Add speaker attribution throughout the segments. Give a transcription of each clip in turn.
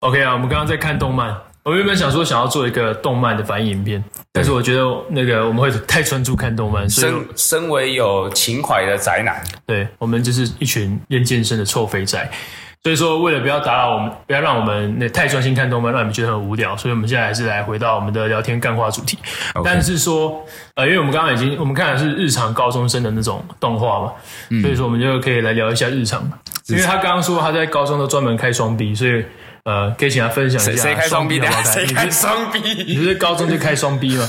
Speaker 1: OK 啊，我们刚刚在看动漫，我原本想说想要做一个动漫的反应影片，但是我觉得那个我们会太专注看动漫，所以
Speaker 2: 身身为有情怀的宅男，
Speaker 1: 对我们就是一群练健身的臭肥仔。所以说，为了不要打扰我们，不要让我们那太专心看动漫，让你们觉得很无聊，所以我们现在还是来回到我们的聊天干话主题。
Speaker 2: OK
Speaker 1: 但是说，呃，因为我们刚刚已经我们看的是日常高中生的那种动画嘛，
Speaker 2: 嗯
Speaker 1: 所以说我们就可以来聊一下日常。因为他刚刚说他在高中都专门开双臂，所以呃，可以请他分享
Speaker 2: 谁
Speaker 1: 一下
Speaker 2: 谁开双
Speaker 1: 臂
Speaker 2: 臂
Speaker 1: 的
Speaker 2: 的
Speaker 1: 好？歹。
Speaker 2: 谁
Speaker 1: 你
Speaker 2: 开
Speaker 1: 是
Speaker 2: 双
Speaker 1: 你
Speaker 2: 臂？
Speaker 1: 是高中就开双臂吗？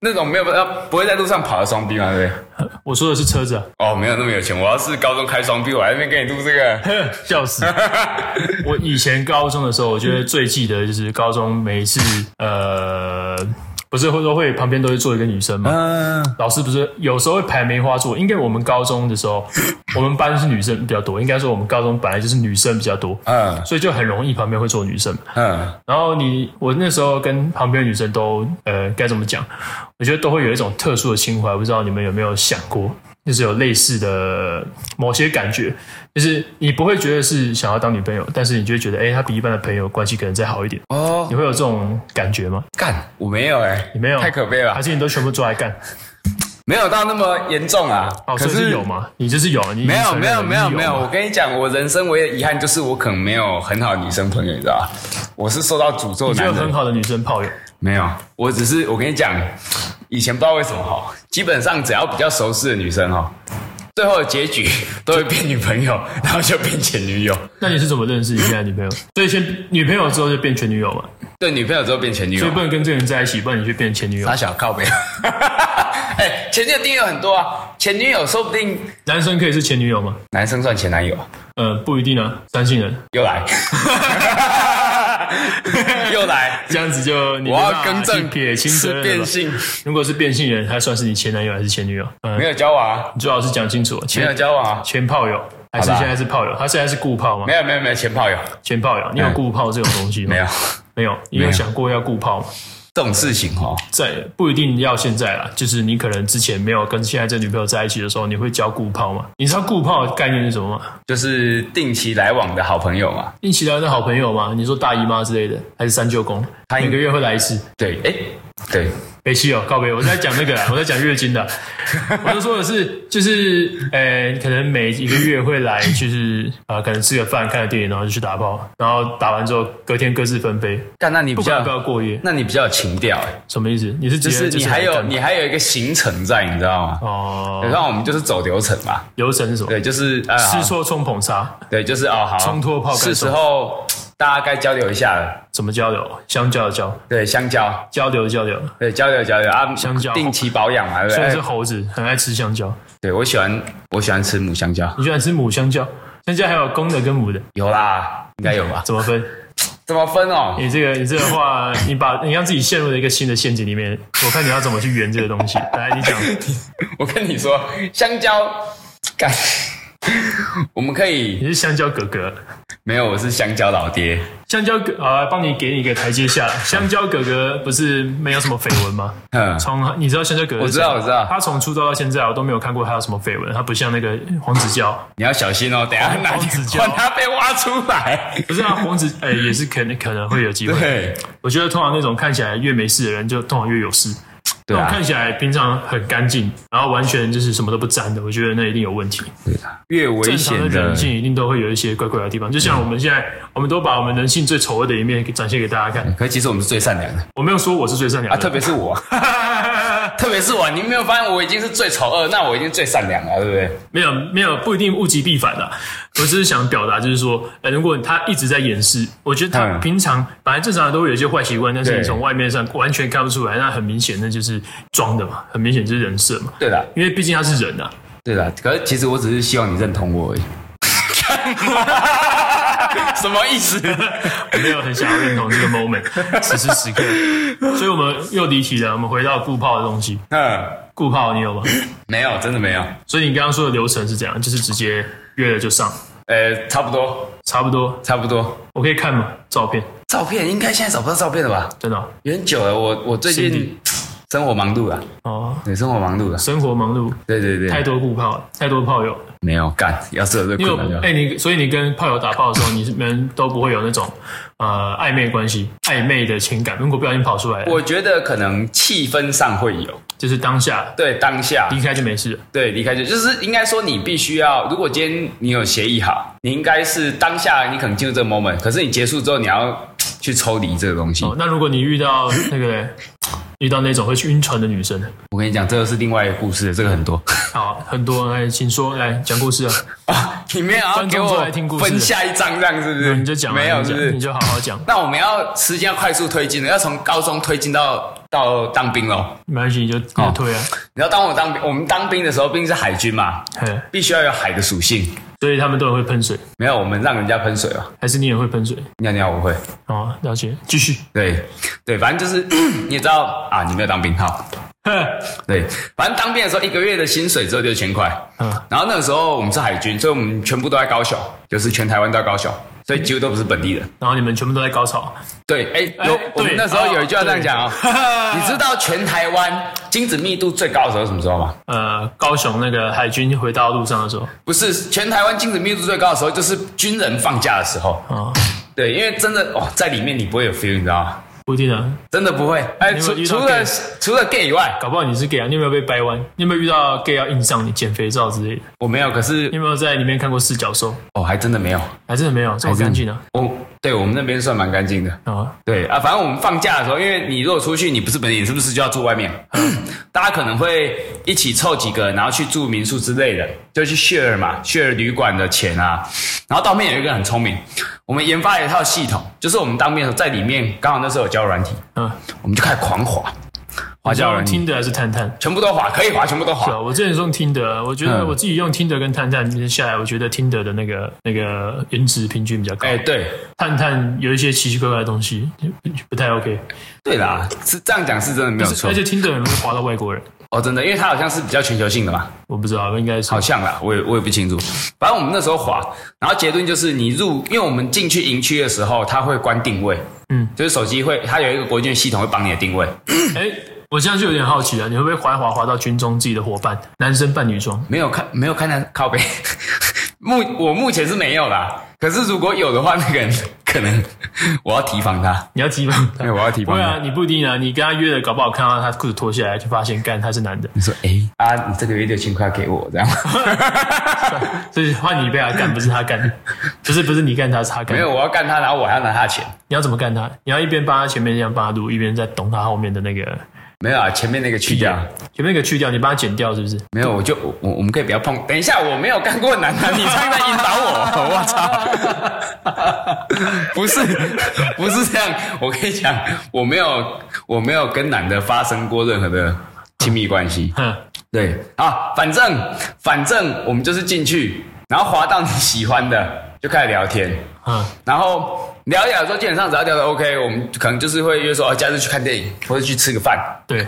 Speaker 2: 那种没有呃不会在路上跑的双臂吗？对不对？
Speaker 1: 我说的是车子、啊，
Speaker 2: 哦，没有那么有钱。我要是高中开双臂，我还在那边跟你录这个。
Speaker 1: 笑死！我以前高中的时候，我觉得最记得就是高中每一次，呃，不是会说会旁边都会坐一个女生嘛，
Speaker 2: 嗯，
Speaker 1: 老师不是有时候会排梅花座，因为我们高中的时候，我们班是女生比较多，应该说我们高中本来就是女生比较多，
Speaker 2: 嗯
Speaker 1: 所以就很容易旁边会坐女生。
Speaker 2: 嗯，
Speaker 1: 然后你我那时候跟旁边的女生都呃该怎么讲？我觉得都会有一种特殊的情怀，不知道你们有没有想过，就是有类似的某些感觉，就是你不会觉得是想要当女朋友，但是你就会觉得，哎，她比一般的朋友关系可能再好一点。
Speaker 2: 哦，
Speaker 1: 你会有这种感觉吗？
Speaker 2: 干，我没有哎、
Speaker 1: 你没有，
Speaker 2: 太可悲
Speaker 1: 还
Speaker 2: 了，
Speaker 1: 是你都全部抓来干？
Speaker 2: 没有到那么严重啊。
Speaker 1: 哦，所以是有吗？你就是有，你已经
Speaker 2: 没有
Speaker 1: 承
Speaker 2: 没
Speaker 1: 认
Speaker 2: 有
Speaker 1: 了
Speaker 2: 没有
Speaker 1: 你
Speaker 2: 没有，
Speaker 1: 嘛
Speaker 2: 我跟你讲，我人生唯一的遗憾就是我可能没有很好的女生朋友，你知道吧？我是受到诅咒
Speaker 1: 你
Speaker 2: 男
Speaker 1: 就有
Speaker 2: 人。
Speaker 1: 很好的女生炮友，
Speaker 2: 没有，我只是我跟你讲，以前不知道为什么哈，基本上只要比较熟识的女生哈，最后的结局 都会变女朋友，然后就变前女友，
Speaker 1: 那你是怎么认识你现在的女朋友？所以先女朋友之后就变前女友嘛，
Speaker 2: 对女朋友之后变前女
Speaker 1: 所以
Speaker 2: 友
Speaker 1: 不，能跟这个人在一起，不然你就变前女友
Speaker 2: 傻。小靠背。 哎、前女友定义有很多啊，前女友说不定
Speaker 1: 男生可以是前女友吗？
Speaker 2: 男生算前男友，
Speaker 1: 呃，不一定啊，三性人
Speaker 2: 又来， 又来，
Speaker 1: 这样子就你
Speaker 2: 我要更
Speaker 1: 没办法去
Speaker 2: 正，
Speaker 1: 撇清责
Speaker 2: 是
Speaker 1: 任了
Speaker 2: 变
Speaker 1: 吧
Speaker 2: 性，
Speaker 1: 如果是变性人，他算是你前男友还是前女友？嗯
Speaker 2: 没，有交往啊，
Speaker 1: 你最好是讲清楚，
Speaker 2: 没有
Speaker 1: 前
Speaker 2: 交往啊，
Speaker 1: 前炮友还是
Speaker 2: 好吧
Speaker 1: 现在是炮友？他现在是固炮吗
Speaker 2: 没？有没有没有前炮友，
Speaker 1: 前炮友，你有
Speaker 2: 嗯
Speaker 1: 固炮这种东西吗？
Speaker 2: 没有，
Speaker 1: 没有，你
Speaker 2: 没
Speaker 1: 有
Speaker 2: 有
Speaker 1: 想过要固炮吗？
Speaker 2: 这种事情哈、哦。
Speaker 1: 在不一定要现在啦，就是你可能之前没有跟现在这女朋友在一起的时候，你会教固炮吗？你知道固炮的概念是什么吗？
Speaker 2: 就是定期来往的好朋友嘛。
Speaker 1: 一起来的好朋友吗？你说大姨妈之类的，还是三舅公？
Speaker 2: 他应
Speaker 1: 每个月会来一次。
Speaker 2: 对，哎、对，
Speaker 1: 北七哦，告别，我在讲那个啦，我在讲月经的， 我就说的是，就是，呃，可能每一个月会来，就是啊、呃可能吃个饭，看个电影，然后就去打炮，然后打完之后，隔天各自分飞，
Speaker 2: 但那你比
Speaker 1: 不管要不
Speaker 2: 较，
Speaker 1: 要过夜，
Speaker 2: 那你比较有情调、哎，
Speaker 1: 什么意思？你是直
Speaker 2: 就
Speaker 1: 接
Speaker 2: 是你还
Speaker 1: 来
Speaker 2: 有
Speaker 1: 干嘛
Speaker 2: 你还有一个行程在，你知道吗？然
Speaker 1: 哦，
Speaker 2: 后我们就是走流程嘛，
Speaker 1: 流程是什么？
Speaker 2: 对，就是呃，
Speaker 1: 吃
Speaker 2: 好
Speaker 1: 错冲捧杀，
Speaker 2: 对，就是哦，好，
Speaker 1: 冲脱泡感受
Speaker 2: 是时候大家该交流一下了，
Speaker 1: 怎么交流？相交的交，
Speaker 2: 对，香蕉，
Speaker 1: 交流的交流，
Speaker 2: 对，交流交流啊，
Speaker 1: 香蕉
Speaker 2: 定期保养嘛，对不
Speaker 1: 虽然
Speaker 2: 对？
Speaker 1: 是
Speaker 2: 哎
Speaker 1: 猴子，很爱吃香蕉，
Speaker 2: 对我喜欢我喜欢吃母香蕉，
Speaker 1: 你喜欢吃母香蕉？香蕉还有公的跟母的，
Speaker 2: 有啦，应该有吧？
Speaker 1: 怎么分？
Speaker 2: 怎么分哦？
Speaker 1: 你这个你这个话，你把你让自己陷入了一个新的陷阱里面，我看你要怎么去圆这个东西。来，你讲，
Speaker 2: 我跟你说，香蕉，干，我们可以
Speaker 1: 你是香蕉哥哥，
Speaker 2: 没有，我是香蕉老爹。
Speaker 1: 香蕉哥啊，帮你给你一个台阶下来。香蕉哥哥不是没有什么绯闻吗？
Speaker 2: 嗯，
Speaker 1: 从你知道香蕉哥哥
Speaker 2: 我
Speaker 1: 是
Speaker 2: 知
Speaker 1: 谁
Speaker 2: 道，
Speaker 1: 吗，
Speaker 2: 我知道。
Speaker 1: 他从出道到现在，我都没有看过他有什么绯闻。他不像那个黄子佼，
Speaker 2: 你要小心哦，等一下哪
Speaker 1: 黄子
Speaker 2: 天
Speaker 1: 佼
Speaker 2: 管他被挖出来。
Speaker 1: 不是啊，黄子哎、也是可能可能会有机会。
Speaker 2: 对，
Speaker 1: 我觉得通常那种看起来越没事的人，就通常越有事。
Speaker 2: 对
Speaker 1: 那种
Speaker 2: 啊，
Speaker 1: 看起来平常很干净，然后完全就是什么都不沾的，我觉得那一定有问题。
Speaker 2: 对啊，越危
Speaker 1: 正常的
Speaker 2: 险
Speaker 1: 人
Speaker 2: 的，嗯
Speaker 1: 性一定都会有一些怪怪的地方，就像我们现在，我们都把我们人性最丑恶的一面给展现给大家看。
Speaker 2: 可其实我们是最善良的
Speaker 1: 我没有说我是最善良
Speaker 2: 嗯啊，
Speaker 1: 的，
Speaker 2: 特别是我， 特别是我，你没有发现我已经是最丑恶，那我已经最善良了，对不对？
Speaker 1: 没有没有不一定物极必反的、我只是想表达就是说，呃，如果他一直在掩饰，我觉得他
Speaker 2: 嗯
Speaker 1: 平常本来正常人都会有一些坏习惯，但是
Speaker 2: 对
Speaker 1: 你从外面上完全看不出来，那很明显那就是装的嘛，很明显就是人设嘛，
Speaker 2: 对的，
Speaker 1: 因为毕竟他是人啊。
Speaker 2: 对的。可是其实我只是希望你认 同我而已。什么 意思？
Speaker 1: 我没有很想要认同这 个 moment，此时此刻，所以我们又离题了。我们回到固炮的东西，
Speaker 2: 嗯，
Speaker 1: 固炮你有吗？
Speaker 2: 没有，真的没有。
Speaker 1: 所以你刚刚说的流程是怎样？就是直接约了就上，
Speaker 2: 呃，差不多，
Speaker 1: 差不多。
Speaker 2: 差不多。
Speaker 1: 我可以看吗？照片，
Speaker 2: 照片应该现在找不到照片了吧？
Speaker 1: 真的哦、
Speaker 2: 有点久了，我我最近生活忙碌了，啊
Speaker 1: 哦，
Speaker 2: 对，生活忙碌了，啊
Speaker 1: 生活忙碌，
Speaker 2: 对对对，
Speaker 1: 太多顾炮，太多炮友。
Speaker 2: 没有干，要是有这
Speaker 1: 你
Speaker 2: 个
Speaker 1: 有
Speaker 2: 困难就
Speaker 1: 哎、你所以你跟炮友打炮的时候，你们都不会有那种呃暧昧关系、暧昧的情感。如果不小心跑出来了，
Speaker 2: 我觉得可能气氛上会有，
Speaker 1: 就是当下
Speaker 2: 对当下
Speaker 1: 离开就没事了。
Speaker 2: 对，离开就就是应该说你必须要，如果今天你有协议好，你应该是当下你可能进入这个 moment，可是你结束之后你要去抽离这个东西。
Speaker 1: 哦，那如果你遇到那个嘞遇到那种会去晕船的女生，
Speaker 2: 我跟你讲，这个是另外一个故事，这个很 多
Speaker 1: 好，很多哎，请说来讲故事啊，
Speaker 2: 啊。你没有要
Speaker 1: 观
Speaker 2: 给
Speaker 1: 众
Speaker 2: 我
Speaker 1: 都来听故事
Speaker 2: 分下一章这样是不是？
Speaker 1: 你就讲啊，
Speaker 2: 嗯没有
Speaker 1: 你
Speaker 2: 是
Speaker 1: 就
Speaker 2: 不
Speaker 1: 讲，你
Speaker 2: 是？
Speaker 1: 就好好讲，
Speaker 2: 那我们要时间要快速推进了，要从高中推进到到当兵喽。
Speaker 1: 没关系，
Speaker 2: 哦
Speaker 1: 你就你就推啊，
Speaker 2: 你要当我当兵，我们当兵的时候毕竟是海军嘛，
Speaker 1: 嘿，
Speaker 2: 必须要有海的属性。
Speaker 1: 所以他们都很会喷水，
Speaker 2: 没有，我们让人家喷水哦，
Speaker 1: 还是你也会喷水？
Speaker 2: 尿尿我会。
Speaker 1: 哦，了解，继续，
Speaker 2: 对对，反正就是 你也知道啊，你没有当兵好。
Speaker 1: 哼
Speaker 2: 对，反正当兵的时候，一个月的薪水只有六千块。
Speaker 1: 嗯，
Speaker 2: 然后那个时候我们是海军，所以我们全部都在高雄，就是全台湾都在高雄，所以几乎都不是本地人。
Speaker 1: 然后你们全部都在高潮，
Speaker 2: 对，哎，有
Speaker 1: 哎
Speaker 2: 我们
Speaker 1: 对
Speaker 2: 那时候有一句话这样讲哦， 你知道全台湾精子密度最高的时候是什么时候吗？
Speaker 1: 呃，高雄那个海军回到路上的时候，
Speaker 2: 不是，全台湾精子密度最高的时候就是军人放假的时候。
Speaker 1: 哦，
Speaker 2: 对，因为真的哦，在里面你不会有 feel，你知道吗？
Speaker 1: 不一定啊，
Speaker 2: 真的不会。哎，
Speaker 1: 你有
Speaker 2: 除
Speaker 1: 没有遇
Speaker 2: 除
Speaker 1: 到
Speaker 2: 了除了 gay 以外，
Speaker 1: 搞不好你是 gay 啊，你有没有被掰弯？你有没有遇到 gay 要硬上你捡肥皂之类的？
Speaker 2: 我没有，可是
Speaker 1: 你有没有在里面看过四角兽？
Speaker 2: 哦，还真的没有，
Speaker 1: 还真的没有，这么干净啊！
Speaker 2: 我对我们那边算蛮干净的。
Speaker 1: 啊，
Speaker 2: 对啊，反正我们放假的时候，因为你如果出去，你不是本地人，是不是就要住 外面？大家可能会一起凑几个，然后去住民宿之类的，就去 share 嘛，share 旅馆的钱啊。然后当面有一个人很聪明，我们研发了一套系统，就是我们当面的时候在里面，刚好那时候有交友软体，
Speaker 1: 嗯，
Speaker 2: 我们就开始狂滑，
Speaker 1: 你
Speaker 2: 滑
Speaker 1: 是
Speaker 2: 交友
Speaker 1: 用
Speaker 2: 软体，
Speaker 1: 哦听的还是探探？
Speaker 2: 全部都滑，可以滑，全部都滑
Speaker 1: 对。啊，我之前是用听的，啊我觉得
Speaker 2: 嗯
Speaker 1: 我自己用听的跟探探下来，我觉得听的的那个那个颜值平均比较高，
Speaker 2: 哎，对
Speaker 1: 探探有一些奇奇怪怪的东西，就不不太 OK。
Speaker 2: 对啦，是这样讲是真的没有错
Speaker 1: 而且听的很容易划到外国人，
Speaker 2: 哦，真的，因为它好像是比较全球性的嘛。
Speaker 1: 我不知道，应该是
Speaker 2: 好像啦，我也我也不清楚。反正我们那时候滑，然后结论就是你入，因为我们进去营区的时候，它会关定位，
Speaker 1: 嗯，
Speaker 2: 就是手机会，它有一个国军系统会帮你的定位。
Speaker 1: 哎。我现在就有点好奇了，你会不会滑一滑滑到军中自己的伙伴，男生扮女装？
Speaker 2: 没有看，没有看到靠背， 目我目前是没有啦。可是如果有的话，那个人 可能我要提防他，
Speaker 1: 你要提防他
Speaker 2: 因为，我要提
Speaker 1: 不
Speaker 2: 防
Speaker 1: 会
Speaker 2: 他。
Speaker 1: 啊，你不一定啊，你跟他约了，搞不好看到他裤子脱下来，就发现干他是男的，
Speaker 2: 你说，哎、啊，你这个月六千块给我， 这样
Speaker 1: 所以换你被他干，不是他干的，不是不是你干他，是他干
Speaker 2: 没
Speaker 1: 的。
Speaker 2: 有，我要干他，然后我还要拿他的钱。
Speaker 1: 你要怎么干他？你要一边帮他前面这样帮他撸，一边在懂他后面的那个
Speaker 2: 没有啊，前面那个去掉。
Speaker 1: 前面那个去掉，你帮他剪掉是不是？
Speaker 2: 没有，我就我我们可以不要碰。等一下，我没有干过男的，你这样在引导我， 我操！ 不是不是这样，我跟你讲，我没有我没有跟男的发生过任何的亲密关系。
Speaker 1: 哼，
Speaker 2: 对啊，反正反正我们就是进去，然后滑到你喜欢的，就开始聊天。
Speaker 1: 嗯，
Speaker 2: 然后聊一聊之后，基本上只要聊得 OK，我们可能就是会约说，哦，假日去看电影，或者去吃个饭，
Speaker 1: 对，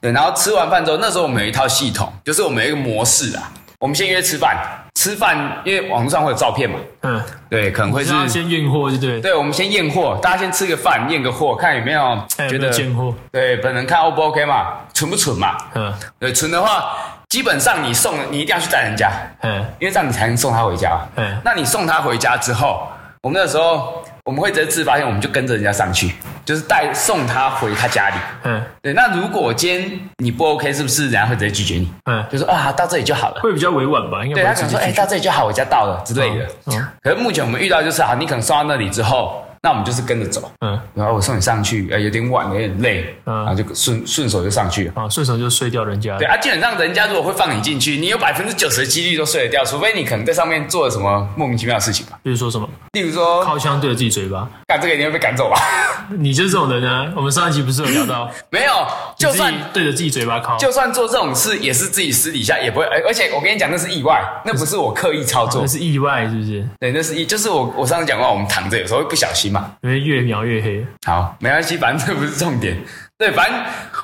Speaker 2: 对，然后吃完饭之后，那时候我们有一套系统，就是我们有一个模式啊。我们先约吃饭，吃饭因为网络上会有照片嘛，
Speaker 1: 嗯，
Speaker 2: 对，可能会
Speaker 1: 就是
Speaker 2: 是，
Speaker 1: 要先验货，就对了，
Speaker 2: 对，我们先验货，大家先吃个饭，验个货，看有没有
Speaker 1: 看哎有
Speaker 2: 觉
Speaker 1: 没有
Speaker 2: 得，
Speaker 1: 见货，
Speaker 2: 对，本人看 O 不 OK 嘛，纯不纯嘛，
Speaker 1: 嗯
Speaker 2: 对，纯的话，基本上你送，你一定要去载人家，
Speaker 1: 嗯，
Speaker 2: 因为这样你才能送他回家嘛。
Speaker 1: 嗯
Speaker 2: 那你送他回家之后，我们那时候我们会直接自发现，我们就跟着人家上去，就是带送他回他家里。
Speaker 1: 嗯
Speaker 2: 对，那如果今天你不 OK，是不是人家会直接拒绝你？
Speaker 1: 嗯，
Speaker 2: 就说啊，到这里就好了。
Speaker 1: 会比较委婉吧？应
Speaker 2: 对
Speaker 1: 该
Speaker 2: 他
Speaker 1: 不
Speaker 2: 可
Speaker 1: 会直
Speaker 2: 能说，哎、
Speaker 1: 接
Speaker 2: 到这里就好，我家到了之类的。
Speaker 1: 嗯嗯
Speaker 2: 哦可是目前我们遇到就是啊，你可能送到那里之后，那我们就是跟着走。
Speaker 1: 嗯，
Speaker 2: 然后我送你上去，呃，有点晚，有点累，
Speaker 1: 嗯
Speaker 2: 然后就顺顺手就上去了。
Speaker 1: 啊，顺手就睡掉人家
Speaker 2: 对，啊，基本上人家如果会放你进去，你有百分之九十的几率都睡得掉，除非你可能在上面做了什么莫名其妙的事情吧。
Speaker 1: 比如说什么
Speaker 2: 例如说，
Speaker 1: 靠枪对着自己嘴巴，
Speaker 2: 干这个一定会被赶走吧？
Speaker 1: 你就是这种人啊。我们上一集不是有聊到，
Speaker 2: 没有， 就算
Speaker 1: 你自己对着自己嘴巴靠，
Speaker 2: 就算做这种事，也是自己私底下也不会。而而且我跟你讲，那是意外，那不是我刻意操作
Speaker 1: 那，是意外，是不是？
Speaker 2: 对，那是意，就是我我上次讲过，我们躺着有时候会不小心心嘛。
Speaker 1: 因为越描越黑。
Speaker 2: 好，没关系，反正这不是重点。对，反正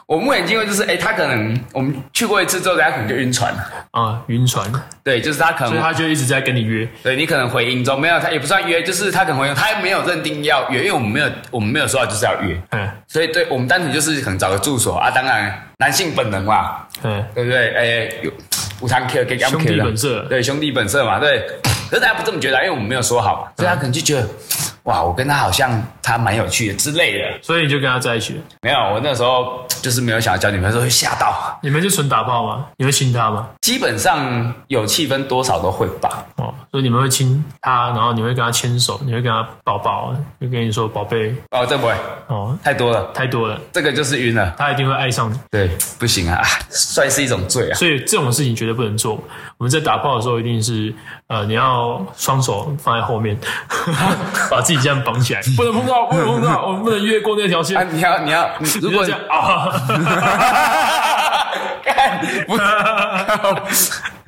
Speaker 2: 我目前经过就是，哎、他可能我们去过一次之后，大家可能就晕船了。
Speaker 1: 啊，晕船，
Speaker 2: 对，就是他可
Speaker 1: 所以
Speaker 2: 能
Speaker 1: 他就一直在跟你约，
Speaker 2: 对你可能回音中没有，他也不算约，就是他可能回音，他也没有认定要约，因为我们没有我们没有说要就是要约，
Speaker 1: 嗯
Speaker 2: 所以对我们单纯就是可能找个住所啊，当然男性本能嘛，
Speaker 1: 嗯，
Speaker 2: 对不对？哎、有无糖 Q 给
Speaker 1: 兄弟本色
Speaker 2: 对兄弟本色嘛，对。可是大家不这么觉得啊，因为我们没有说好嘛，所以他可能就觉得，哇，我跟他好像他蛮有趣的之类的。
Speaker 1: 所以你就跟他在一起了，
Speaker 2: 没有，我那时候就是没有想要交女朋友，所以会吓到。
Speaker 1: 你们就纯打炮吗？你会亲他吗？
Speaker 2: 基本上有气氛多少都会吧。
Speaker 1: 哦，所以你们会亲他，然后你会跟他牵手，你会跟他抱抱，就跟你说宝贝，
Speaker 2: 哦，这不会
Speaker 1: 哦，
Speaker 2: 太多了，
Speaker 1: 太多了，
Speaker 2: 这个就是晕了。
Speaker 1: 他一定会爱上你。
Speaker 2: 对，不行啊，啊帅是一种罪啊。
Speaker 1: 所以这种事情绝对不能做。我们在打炮的时候，一定是呃，你要双手放在后面， 把自己这样绑起来， 不能碰到，不能碰 到，我们不能越过那条线
Speaker 2: 啊，。你要你要，你如果
Speaker 1: 你就这样啊，
Speaker 2: 干不，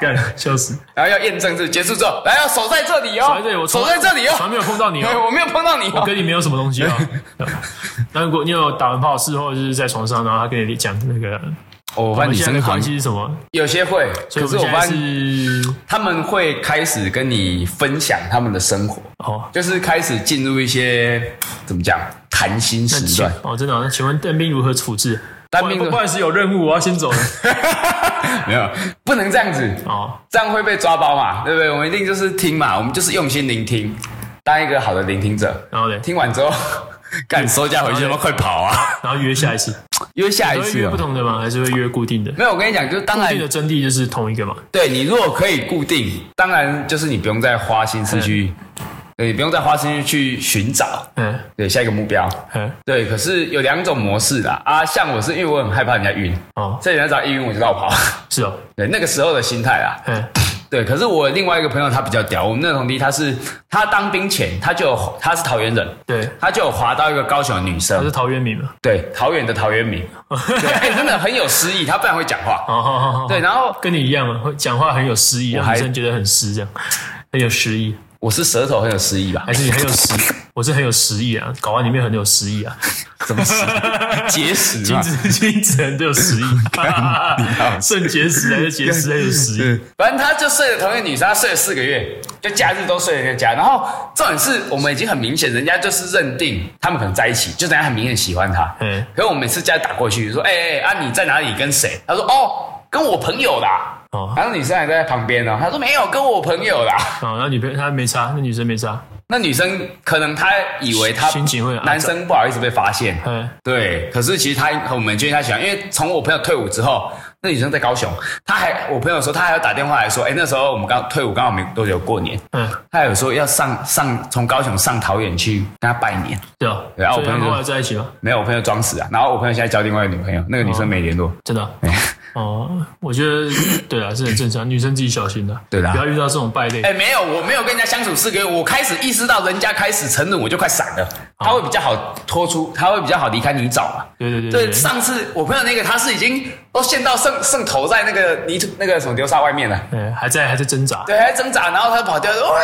Speaker 1: 干笑死！
Speaker 2: 然后要验证这结束之后，来，要手在这里
Speaker 1: 手在这里
Speaker 2: 哦，
Speaker 1: 啊我从
Speaker 2: 手
Speaker 1: 来
Speaker 2: 在这里
Speaker 1: 从来没
Speaker 2: 哦，
Speaker 1: 有碰到你
Speaker 2: 对
Speaker 1: 哦，
Speaker 2: 我没有碰到你哦，
Speaker 1: 跟你没有什么东西哦。那如果你有打完炮事后就是在床上，然后他跟你讲那个
Speaker 2: 哦我
Speaker 1: 我
Speaker 2: 发现
Speaker 1: 们
Speaker 2: 女
Speaker 1: 现在
Speaker 2: 生
Speaker 1: 的
Speaker 2: 好
Speaker 1: 关
Speaker 2: 像
Speaker 1: 系是什么，
Speaker 2: 有些会，
Speaker 1: 所以
Speaker 2: 可
Speaker 1: 我们
Speaker 2: 是我
Speaker 1: 现
Speaker 2: 发
Speaker 1: 在
Speaker 2: 现
Speaker 1: 是
Speaker 2: 他们会开始跟你分享他们的生活，
Speaker 1: 哦。
Speaker 2: 就是开始进入一些怎么讲谈心
Speaker 1: 那
Speaker 2: 时
Speaker 1: 请
Speaker 2: 段。
Speaker 1: 哦，真的哦、那请问单兵如何处置？
Speaker 2: 单兵
Speaker 1: 不不好意思，有任务，我要先走了。
Speaker 2: 没有，不能这样子，
Speaker 1: 哦，
Speaker 2: 这样会被抓包嘛，对不对？我们一定就是听嘛，我们就是用心聆听，当一个好的聆听者。
Speaker 1: 然后嘞，
Speaker 2: 听完之后， 干收假回去，他妈快跑啊！
Speaker 1: 然后约下一次。
Speaker 2: 约下一
Speaker 1: 都会
Speaker 2: 次
Speaker 1: 约
Speaker 2: 哦
Speaker 1: 不。同的吗？还是会约固定的？
Speaker 2: 没有，我跟你讲，就是当
Speaker 1: 固
Speaker 2: 然
Speaker 1: 定的真谛就是同一个嘛。
Speaker 2: 对你如果可以固定，当然就是你不用再花心思去，对，你不用再花心思去寻找，
Speaker 1: 嗯
Speaker 2: 对下一个目标。
Speaker 1: 嗯，
Speaker 2: 对，可是有两种模式啦啊，像我是因为我很害怕人家晕，
Speaker 1: 哦，
Speaker 2: 所以人家只要一晕我就绕跑。
Speaker 1: 是哦，
Speaker 2: 对，那个时候的心态啦。
Speaker 1: 嗯
Speaker 2: 对，可是我另外一个朋友他比较屌，我们那个同弟他是他当兵前他就有他是桃园人，
Speaker 1: 对，
Speaker 2: 他就有滑到一个高雄的女
Speaker 1: 他是
Speaker 2: 生，
Speaker 1: 陶渊明嘛。
Speaker 2: 对，桃园的陶渊明，对，哎真的很有诗意，他非常会讲话。
Speaker 1: 哦好好好，
Speaker 2: 对，然后
Speaker 1: 跟你一样嘛，会讲话很有诗意，让啊
Speaker 2: 还
Speaker 1: 女生觉得很诗，这样很有诗意。
Speaker 2: 我是舌头很有诗意吧
Speaker 1: 还？是你很有 诗，我是很有诗意啊，搞完里面很有诗意啊，
Speaker 2: 怎么诗？结石
Speaker 1: 精
Speaker 2: 嘛。
Speaker 1: 子精子很都有诗意，肾结石还是结石很有诗意。
Speaker 2: 对，反正他就睡了同一个女生，他睡了四个月，就假日都睡人家家。然后重点是我们已经很明显，人家就是认定他们可能在一起，就人家很明显喜欢他。
Speaker 1: 嗯
Speaker 2: 可是我每次家打过去说，哎、哎、啊你在哪里跟谁？他说哦跟我朋友啦。
Speaker 1: 哦
Speaker 2: 然后女生还在旁边呢，哦他说没有跟我朋友啦。
Speaker 1: 哦，那女朋友她没差，那女生没差，
Speaker 2: 那女生可能她以为她
Speaker 1: 心情会啊很
Speaker 2: 男生不好意思被发现，
Speaker 1: 嗯，
Speaker 2: 对，可是其实他我们觉得他喜欢，因为从我朋友退伍之后，那女生在高雄，他还我朋友说他还要打电话来说，哎、那时候我们刚退伍刚好没多久过年，
Speaker 1: 嗯，
Speaker 2: 他还有说要上上从高雄上桃园去跟他拜年，
Speaker 1: 对哦，
Speaker 2: 对啊
Speaker 1: 所以
Speaker 2: 我朋
Speaker 1: 他们
Speaker 2: 友就
Speaker 1: 后来在一起吗？
Speaker 2: 没有我朋友装死啊，然后我朋友现在交另外一个女朋友，那个女生没联络，
Speaker 1: 真的哦、
Speaker 2: 哎
Speaker 1: 哦，我觉得对啊，是很正 常，女生自己小心的、
Speaker 2: 对啦
Speaker 1: 不要遇到这种败类。
Speaker 2: 哎、没有我没有跟人家相处四个月，我开始意识到人家开始承认我就快闪了，他会比较好脱出，他会比较好离开泥沼嘛。
Speaker 1: 对对对
Speaker 2: 对，
Speaker 1: 对，
Speaker 2: 上次我朋友那个他是已经都陷到渗渗头在那个泥土那个什么流沙外面了。
Speaker 1: 哎，还在还在挣扎，
Speaker 2: 对，还挣扎，然后他跑掉，说：“哎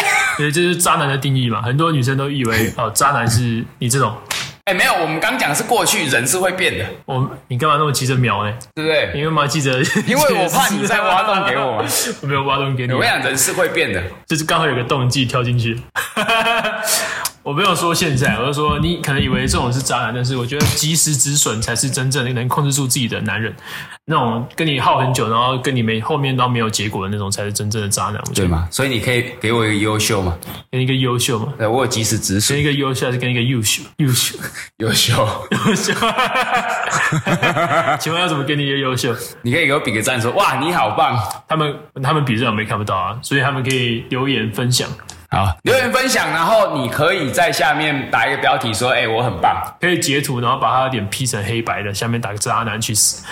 Speaker 2: 哎
Speaker 1: 对，这是渣男的定义嘛？很多女生都以 为哦，渣男是你这种，
Speaker 2: 哎，没有，我们刚讲是过去，人是会变的，
Speaker 1: 我你干嘛那么急着秒呢？
Speaker 2: 对不对？
Speaker 1: 因为嘛，记者，
Speaker 2: 因为我怕你在挖洞给我嘛啊 哎
Speaker 1: 我没有挖洞给你啊
Speaker 2: 我跟，你讲，人是会变的。
Speaker 1: 就是刚好有个洞你自己跳进去。 我没有说现在，我就说你可能以为这种是渣男，但是我觉得及时止损才是真正能控制住自己的男人。那种跟你耗很久，然后跟你没后面都没有结果的那种，才是真正的渣男。我觉得。
Speaker 2: 嘛？所以你可以给我一个优秀嘛？
Speaker 1: 跟一个优秀嘛，
Speaker 2: 对，我有及时止
Speaker 1: 跟
Speaker 2: 损，
Speaker 1: 一个优秀还是跟一个优秀？优秀，
Speaker 2: 优秀。
Speaker 1: 优秀。 请问要怎么跟你一个优秀？
Speaker 2: 你可以给我比个赞，说：“哇，你好棒！”
Speaker 1: 他们他们比这我们也看不到啊，所以他们可以留言分享，
Speaker 2: 好，留言分享，然后你可以在下面打一个标题说：“哎，我很棒。
Speaker 1: 可以截图，然后把他的脸 P 成黑白的，下面打个渣男去死。”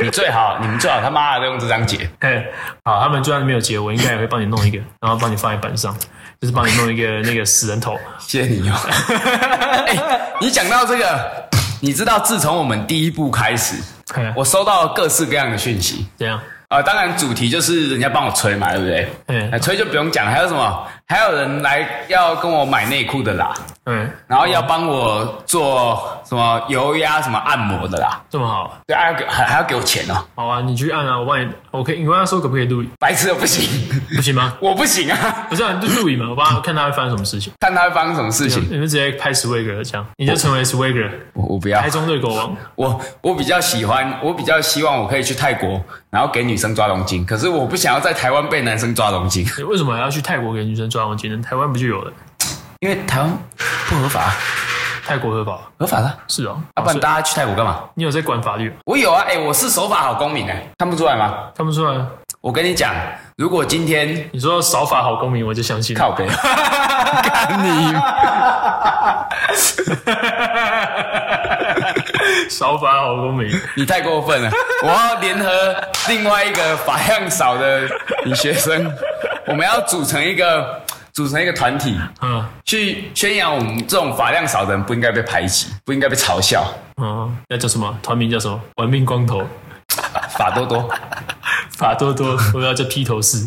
Speaker 2: 你最好，你们最好他妈的都用这张截。
Speaker 1: 嘿，好，他们就算没有截，我应该也会帮你弄一个，然后帮你放在板上，就是帮你弄一个那个死人头。
Speaker 2: 谢谢 你哦。哎，你讲到这个，你知道自从我们第一步开始，
Speaker 1: 嘿
Speaker 2: 我收到各式各样的讯息。
Speaker 1: 怎样？
Speaker 2: 啊、当然主题就是人家帮我吹嘛，对不对？
Speaker 1: 嗯
Speaker 2: 哎吹就不用讲，还有什么？还有人来要跟我买内裤的啦，
Speaker 1: 嗯，
Speaker 2: 然后要帮我做什么油压、什么按摩的啦，
Speaker 1: 这么好，
Speaker 2: 对，还要给还还要给我钱哦，
Speaker 1: 好啊，你去按啊，我帮你，我可以，你跟他说可不可以录影，
Speaker 2: 白痴的不行，
Speaker 1: 不行吗？
Speaker 2: 我不行啊，
Speaker 1: 不是、啊，就录影嘛，我帮他看他会发生什么事情。
Speaker 2: 看他会发生什么事情，
Speaker 1: 你们直接拍 Swagger 这样，你就成为 Swagger
Speaker 2: 我我不要
Speaker 1: 台，中热狗王。
Speaker 2: 我我比较喜欢，我比较希望我可以去泰国，然后给女生抓龙筋，可是我不想要在台湾被男生抓龙筋，
Speaker 1: 你为什么还要去泰国给女生抓黄金呢？台湾不就有了？
Speaker 2: 因为台湾不合法，
Speaker 1: 泰国合法
Speaker 2: 合法的，
Speaker 1: 是哦，
Speaker 2: 要、啊不
Speaker 1: 所
Speaker 2: 然
Speaker 1: 以
Speaker 2: 大家去泰国干嘛？
Speaker 1: 你有在管法律？
Speaker 2: 我有啊，哎、我是守法好公民哎、看不出来吗？
Speaker 1: 看不出来。
Speaker 2: 我跟你讲，如果今天
Speaker 1: 你说少法好公民，我就相信。
Speaker 2: 靠背，干你！
Speaker 1: 少法好公民，
Speaker 2: 你太过分了！我要联合另外一个法样少的女学生， 我们要组成一个组成一个团体，
Speaker 1: 嗯
Speaker 2: 去宣扬我们这种法量少的人不应该被排挤，不应该被嘲笑。
Speaker 1: 嗯，那叫什么？团名叫什么？玩命光头，
Speaker 2: 法多多，
Speaker 1: 法多多，我要叫披头士，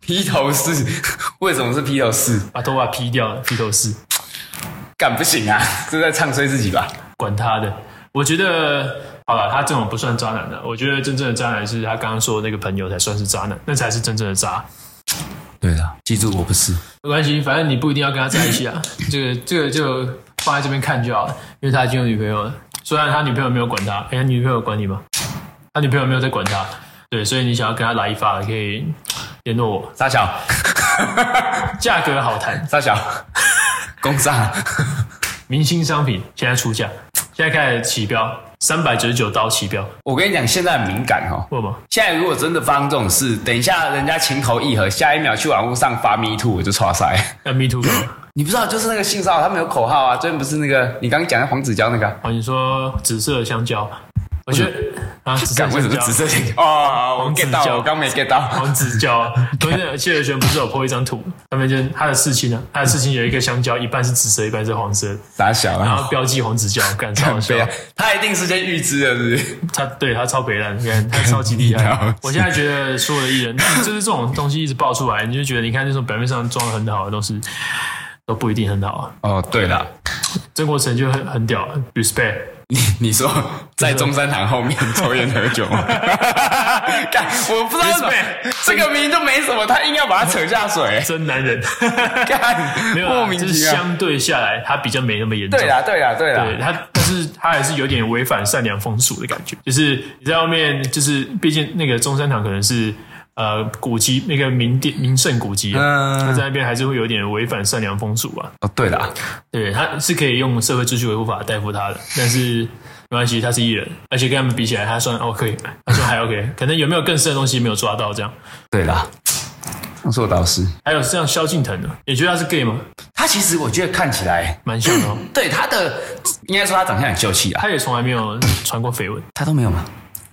Speaker 2: 披头士， 为什么是披头士？
Speaker 1: 把头发披掉，披头士，
Speaker 2: 干不行啊，这在唱衰自己吧？
Speaker 1: 管他的。我觉得好了，他这种不算渣男的。我觉得真正的渣男是他刚刚说的那个朋友才算是渣男，那才是真正的渣。
Speaker 2: 对的，记住我不是。
Speaker 1: 没关系，反正你不一定要跟他在一起啊。 这个这个就放在这边看就好了，因为他已经有女朋友了。虽然他女朋友没有管他，哎、他女朋友有管你吗？他女朋友没有在管他，对，所以你想要跟他来一发，可以联络我，
Speaker 2: 沙 小，
Speaker 1: 价格好谈，
Speaker 2: 沙小， 攻杀，
Speaker 1: 明星商品现在出价，现在开始起标，三百九十九刀起标，
Speaker 2: 我跟你讲，现在很敏感哦。
Speaker 1: 为什么？
Speaker 2: 现在如果真的发生这种事，等一下人家情投意合，下一秒去网络上发 me too，我就刷塞。
Speaker 1: 要 me too 干嘛？
Speaker 2: 你不知道，就是那个性骚扰，他们有口号啊。最近不是那个你刚刚讲的黄子佼那个啊，
Speaker 1: 哦，你说紫色的香蕉，我觉得啊，紫色
Speaker 2: 干
Speaker 1: 的
Speaker 2: 为什
Speaker 1: 香
Speaker 2: 么
Speaker 1: 蕉
Speaker 2: 紫。色性？哦，我
Speaker 1: 黄子
Speaker 2: get
Speaker 1: 佼
Speaker 2: 到，我刚没 get 到。
Speaker 1: 黄子佼， 不是谢尔轩不是有 po 一张图，上面就是他的刺青啊，他的刺青有一个香蕉，一半是紫色，一半是黄色，
Speaker 2: 傻小
Speaker 1: 然
Speaker 2: 啊，
Speaker 1: 后标记黄子 佼，干超好笑
Speaker 2: 对，啊，他一定是先预知了，是不是？
Speaker 1: 他对他超北烂，你看他超级厉
Speaker 2: 干 你老
Speaker 1: 害
Speaker 2: 师。
Speaker 1: 我现在觉得所有的艺人， 就是这种东西一直爆出来，你就觉得你看那种表面上装的很好的东西，都不一定很好啊。
Speaker 2: 哦，对了，
Speaker 1: 曾国成就很很屌，respect。啊
Speaker 2: 你你说在中山堂后面抽烟喝酒吗？ 干，我不知道为什么
Speaker 1: Respect
Speaker 2: 这个名就没什么，他硬要把它扯下水，
Speaker 1: 真男人，
Speaker 2: 干，
Speaker 1: 没有
Speaker 2: 莫
Speaker 1: 啊，
Speaker 2: 名
Speaker 1: 就是
Speaker 2: 其妙。
Speaker 1: 相对下来，他比较没那么严重。
Speaker 2: 对啦，对啦，对啦
Speaker 1: 对，他，但是他还是有点违反善良风俗的感觉。就是你在外面，就是毕竟那个中山堂可能是呃古迹，那个名店名胜古迹、啊，
Speaker 2: 嗯
Speaker 1: 他在那边还是会有点违反善良风俗啊。
Speaker 2: 哦，对啦，
Speaker 1: 对，他是可以用社会秩序维护法逮捕他的，但是没关系，他是艺人，而且跟他们比起来，他算 OK，他算还 OK，可能有没有更深的东西没有抓到这样。
Speaker 2: 对啦，是我导师。
Speaker 1: 还有像萧敬腾的，你觉得他是 gay 吗？
Speaker 2: 他其实我觉得看起来，
Speaker 1: 蛮像 的、哦，
Speaker 2: 对他的应该说他长相很秀气啊，
Speaker 1: 他也从来没有传过绯闻。
Speaker 2: 他都没有吗？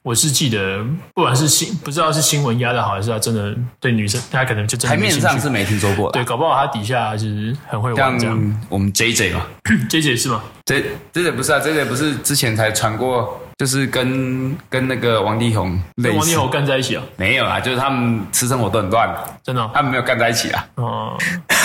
Speaker 1: 我是记得，不管是新不知道是新闻压的好，还是他真的对女生，他可能就真
Speaker 2: 台
Speaker 1: 的没
Speaker 2: 面
Speaker 1: 兴趣
Speaker 2: 上是没听说过的
Speaker 1: 对，
Speaker 2: 啊。
Speaker 1: 搞不好他底下就是很会玩这 样。
Speaker 2: 像我们 J J 嘛
Speaker 1: 这姐是吗？
Speaker 2: ，J J J 不是啊，J J 不是之前才传过，就是跟跟那个王力宏类
Speaker 1: 跟
Speaker 2: 似，
Speaker 1: 王力宏干在一起啊，
Speaker 2: 没有啊，就是他们私生活都很乱，
Speaker 1: 真的哦
Speaker 2: 他们没有干在一起啊。
Speaker 1: 哦。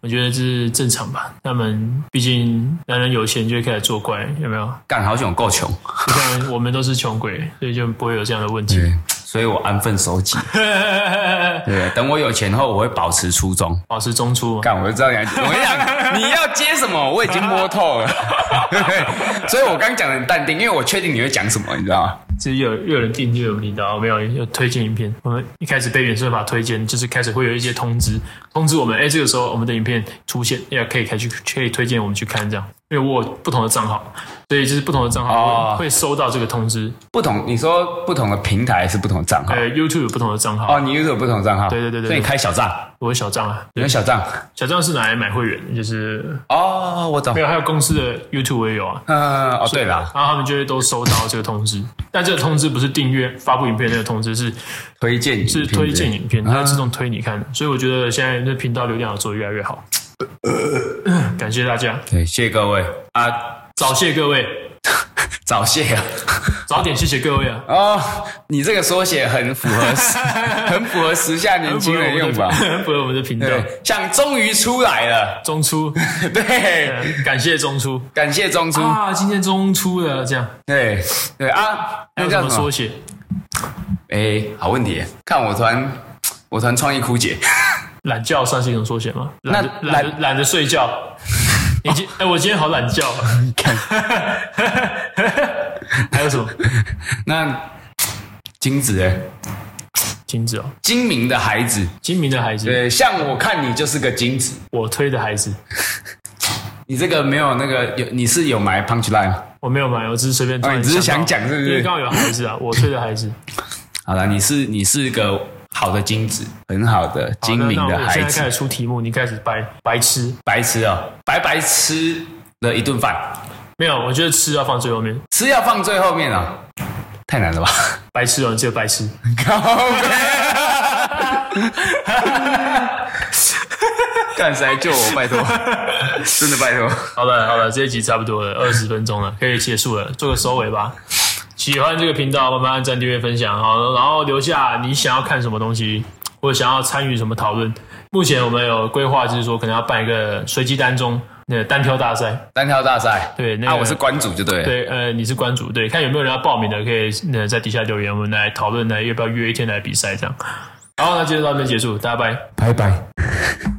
Speaker 1: 我觉得这是正常吧，他们毕竟男人有钱就会开始作怪，有没有？
Speaker 2: 干好久够穷，
Speaker 1: 就像我们都是穷鬼，所以就不会有这样的问题。
Speaker 2: 对，所以我安分守己。对，等我有钱后，我会保持初衷。
Speaker 1: 保持中出嘛，
Speaker 2: 干，我就知道你要，我跟你 讲，你要接什么，我已经摸透 了。所以我刚讲的很淡定，因为我确定你会讲什么，你知道吗？
Speaker 1: 其实有又有人订阅我们频道，没有有推荐影片。我们一开始被原算法推荐，就是开始会有一些通知，通知我们，哎，这个时候我们的影片出现，也可以开去可以推荐我们去看这样。因为我有不同的账号，所以就是不同的账号会,、
Speaker 2: 哦
Speaker 1: 会收到这个通知。
Speaker 2: 不同，你说不同的平台是不同的账号
Speaker 1: 呃，YouTube 有不同的账号，
Speaker 2: 哦，你 YouTube 有不同的账号，
Speaker 1: 对对对对
Speaker 2: 所以你开小账，
Speaker 1: 我有小账啊，
Speaker 2: 你有小账
Speaker 1: 小账是拿来买会员，就是
Speaker 2: 哦，我懂
Speaker 1: 没，有，还有公司的 YouTube 我也有啊。
Speaker 2: 嗯，哦对啦，
Speaker 1: 然后他们就会都收到这个通知，但这个通知不是订阅发布影片那个通知，是
Speaker 2: 推荐啊影片
Speaker 1: 是推荐影片，
Speaker 2: 对
Speaker 1: 它会自动推你看的，所以我觉得现在这频道流量有做得越来越好。 感谢大家，
Speaker 2: 对，谢谢各位啊，
Speaker 1: 早谢各位，
Speaker 2: 早泄啊！
Speaker 1: 早点谢谢各位啊！
Speaker 2: 哦，你这个缩写很符合 时，很符合时下 年轻人用法。
Speaker 1: 很符合我们的频道。
Speaker 2: 对，像终于出来了，
Speaker 1: 中出，
Speaker 2: 对，
Speaker 1: 嗯感谢中出
Speaker 2: 感谢中出，
Speaker 1: 啊！今天中出了，这样
Speaker 2: 对对啊，
Speaker 1: 还
Speaker 2: 那
Speaker 1: 有什
Speaker 2: 叫
Speaker 1: 么
Speaker 2: 什么
Speaker 1: 缩？写？
Speaker 2: 哎，好问题耶，看我突然，我突然创意枯竭。
Speaker 1: 懒觉算是一种缩写吗？懒得
Speaker 2: 那
Speaker 1: 懒得懒得睡觉。 你今哎，我今天好懒觉啊。 还有什么？
Speaker 2: 那精子哎，
Speaker 1: 精子哦，
Speaker 2: 精明的孩子，
Speaker 1: 精明的孩子，
Speaker 2: 对，像我看你就是个精子。
Speaker 1: 我推的孩子，
Speaker 2: 你这个没有那个有，你是有埋 punch line 吗？
Speaker 1: 我哦没有买，我只是随便突
Speaker 2: 哦
Speaker 1: 然
Speaker 2: 你
Speaker 1: 到。
Speaker 2: 只是想讲是不是
Speaker 1: 因为刚好有孩子啊，我推的孩 子，
Speaker 2: 好了，你是你是个好的精子，很好的精明
Speaker 1: 好那
Speaker 2: 的
Speaker 1: 那我
Speaker 2: 孩
Speaker 1: 现在
Speaker 2: 子
Speaker 1: 开，始出题目，你开始白白吃。
Speaker 2: 白吃哦，白白吃了一顿饭，
Speaker 1: 没有，我觉得吃要放最后面，
Speaker 2: 吃要放最后面啊、太难了 吧？
Speaker 1: 白吃哦，你只有白吃。
Speaker 2: 靠背，干谁救我？ 拜托，真的拜托。
Speaker 1: 好了好了，这一集差不多了，二十分钟了，可以结束了，做个收尾吧。喜欢这个频道，慢慢按赞、订阅、分享，好，然后留下你想要看什么东西，或者想要参与什么讨论。目前我们有规划，就是说可能要办一个随机单中那个单挑大赛，
Speaker 2: 单挑大赛，
Speaker 1: 对那
Speaker 2: 啊，
Speaker 1: 个
Speaker 2: 我是关主就对了。
Speaker 1: 对，呃，你是关主，对，看有没有人要报名的，可以呃在底下留言，我们来讨论来要不要约一天来比赛这样。好，那今天到这边结束，大家拜。
Speaker 2: 拜拜。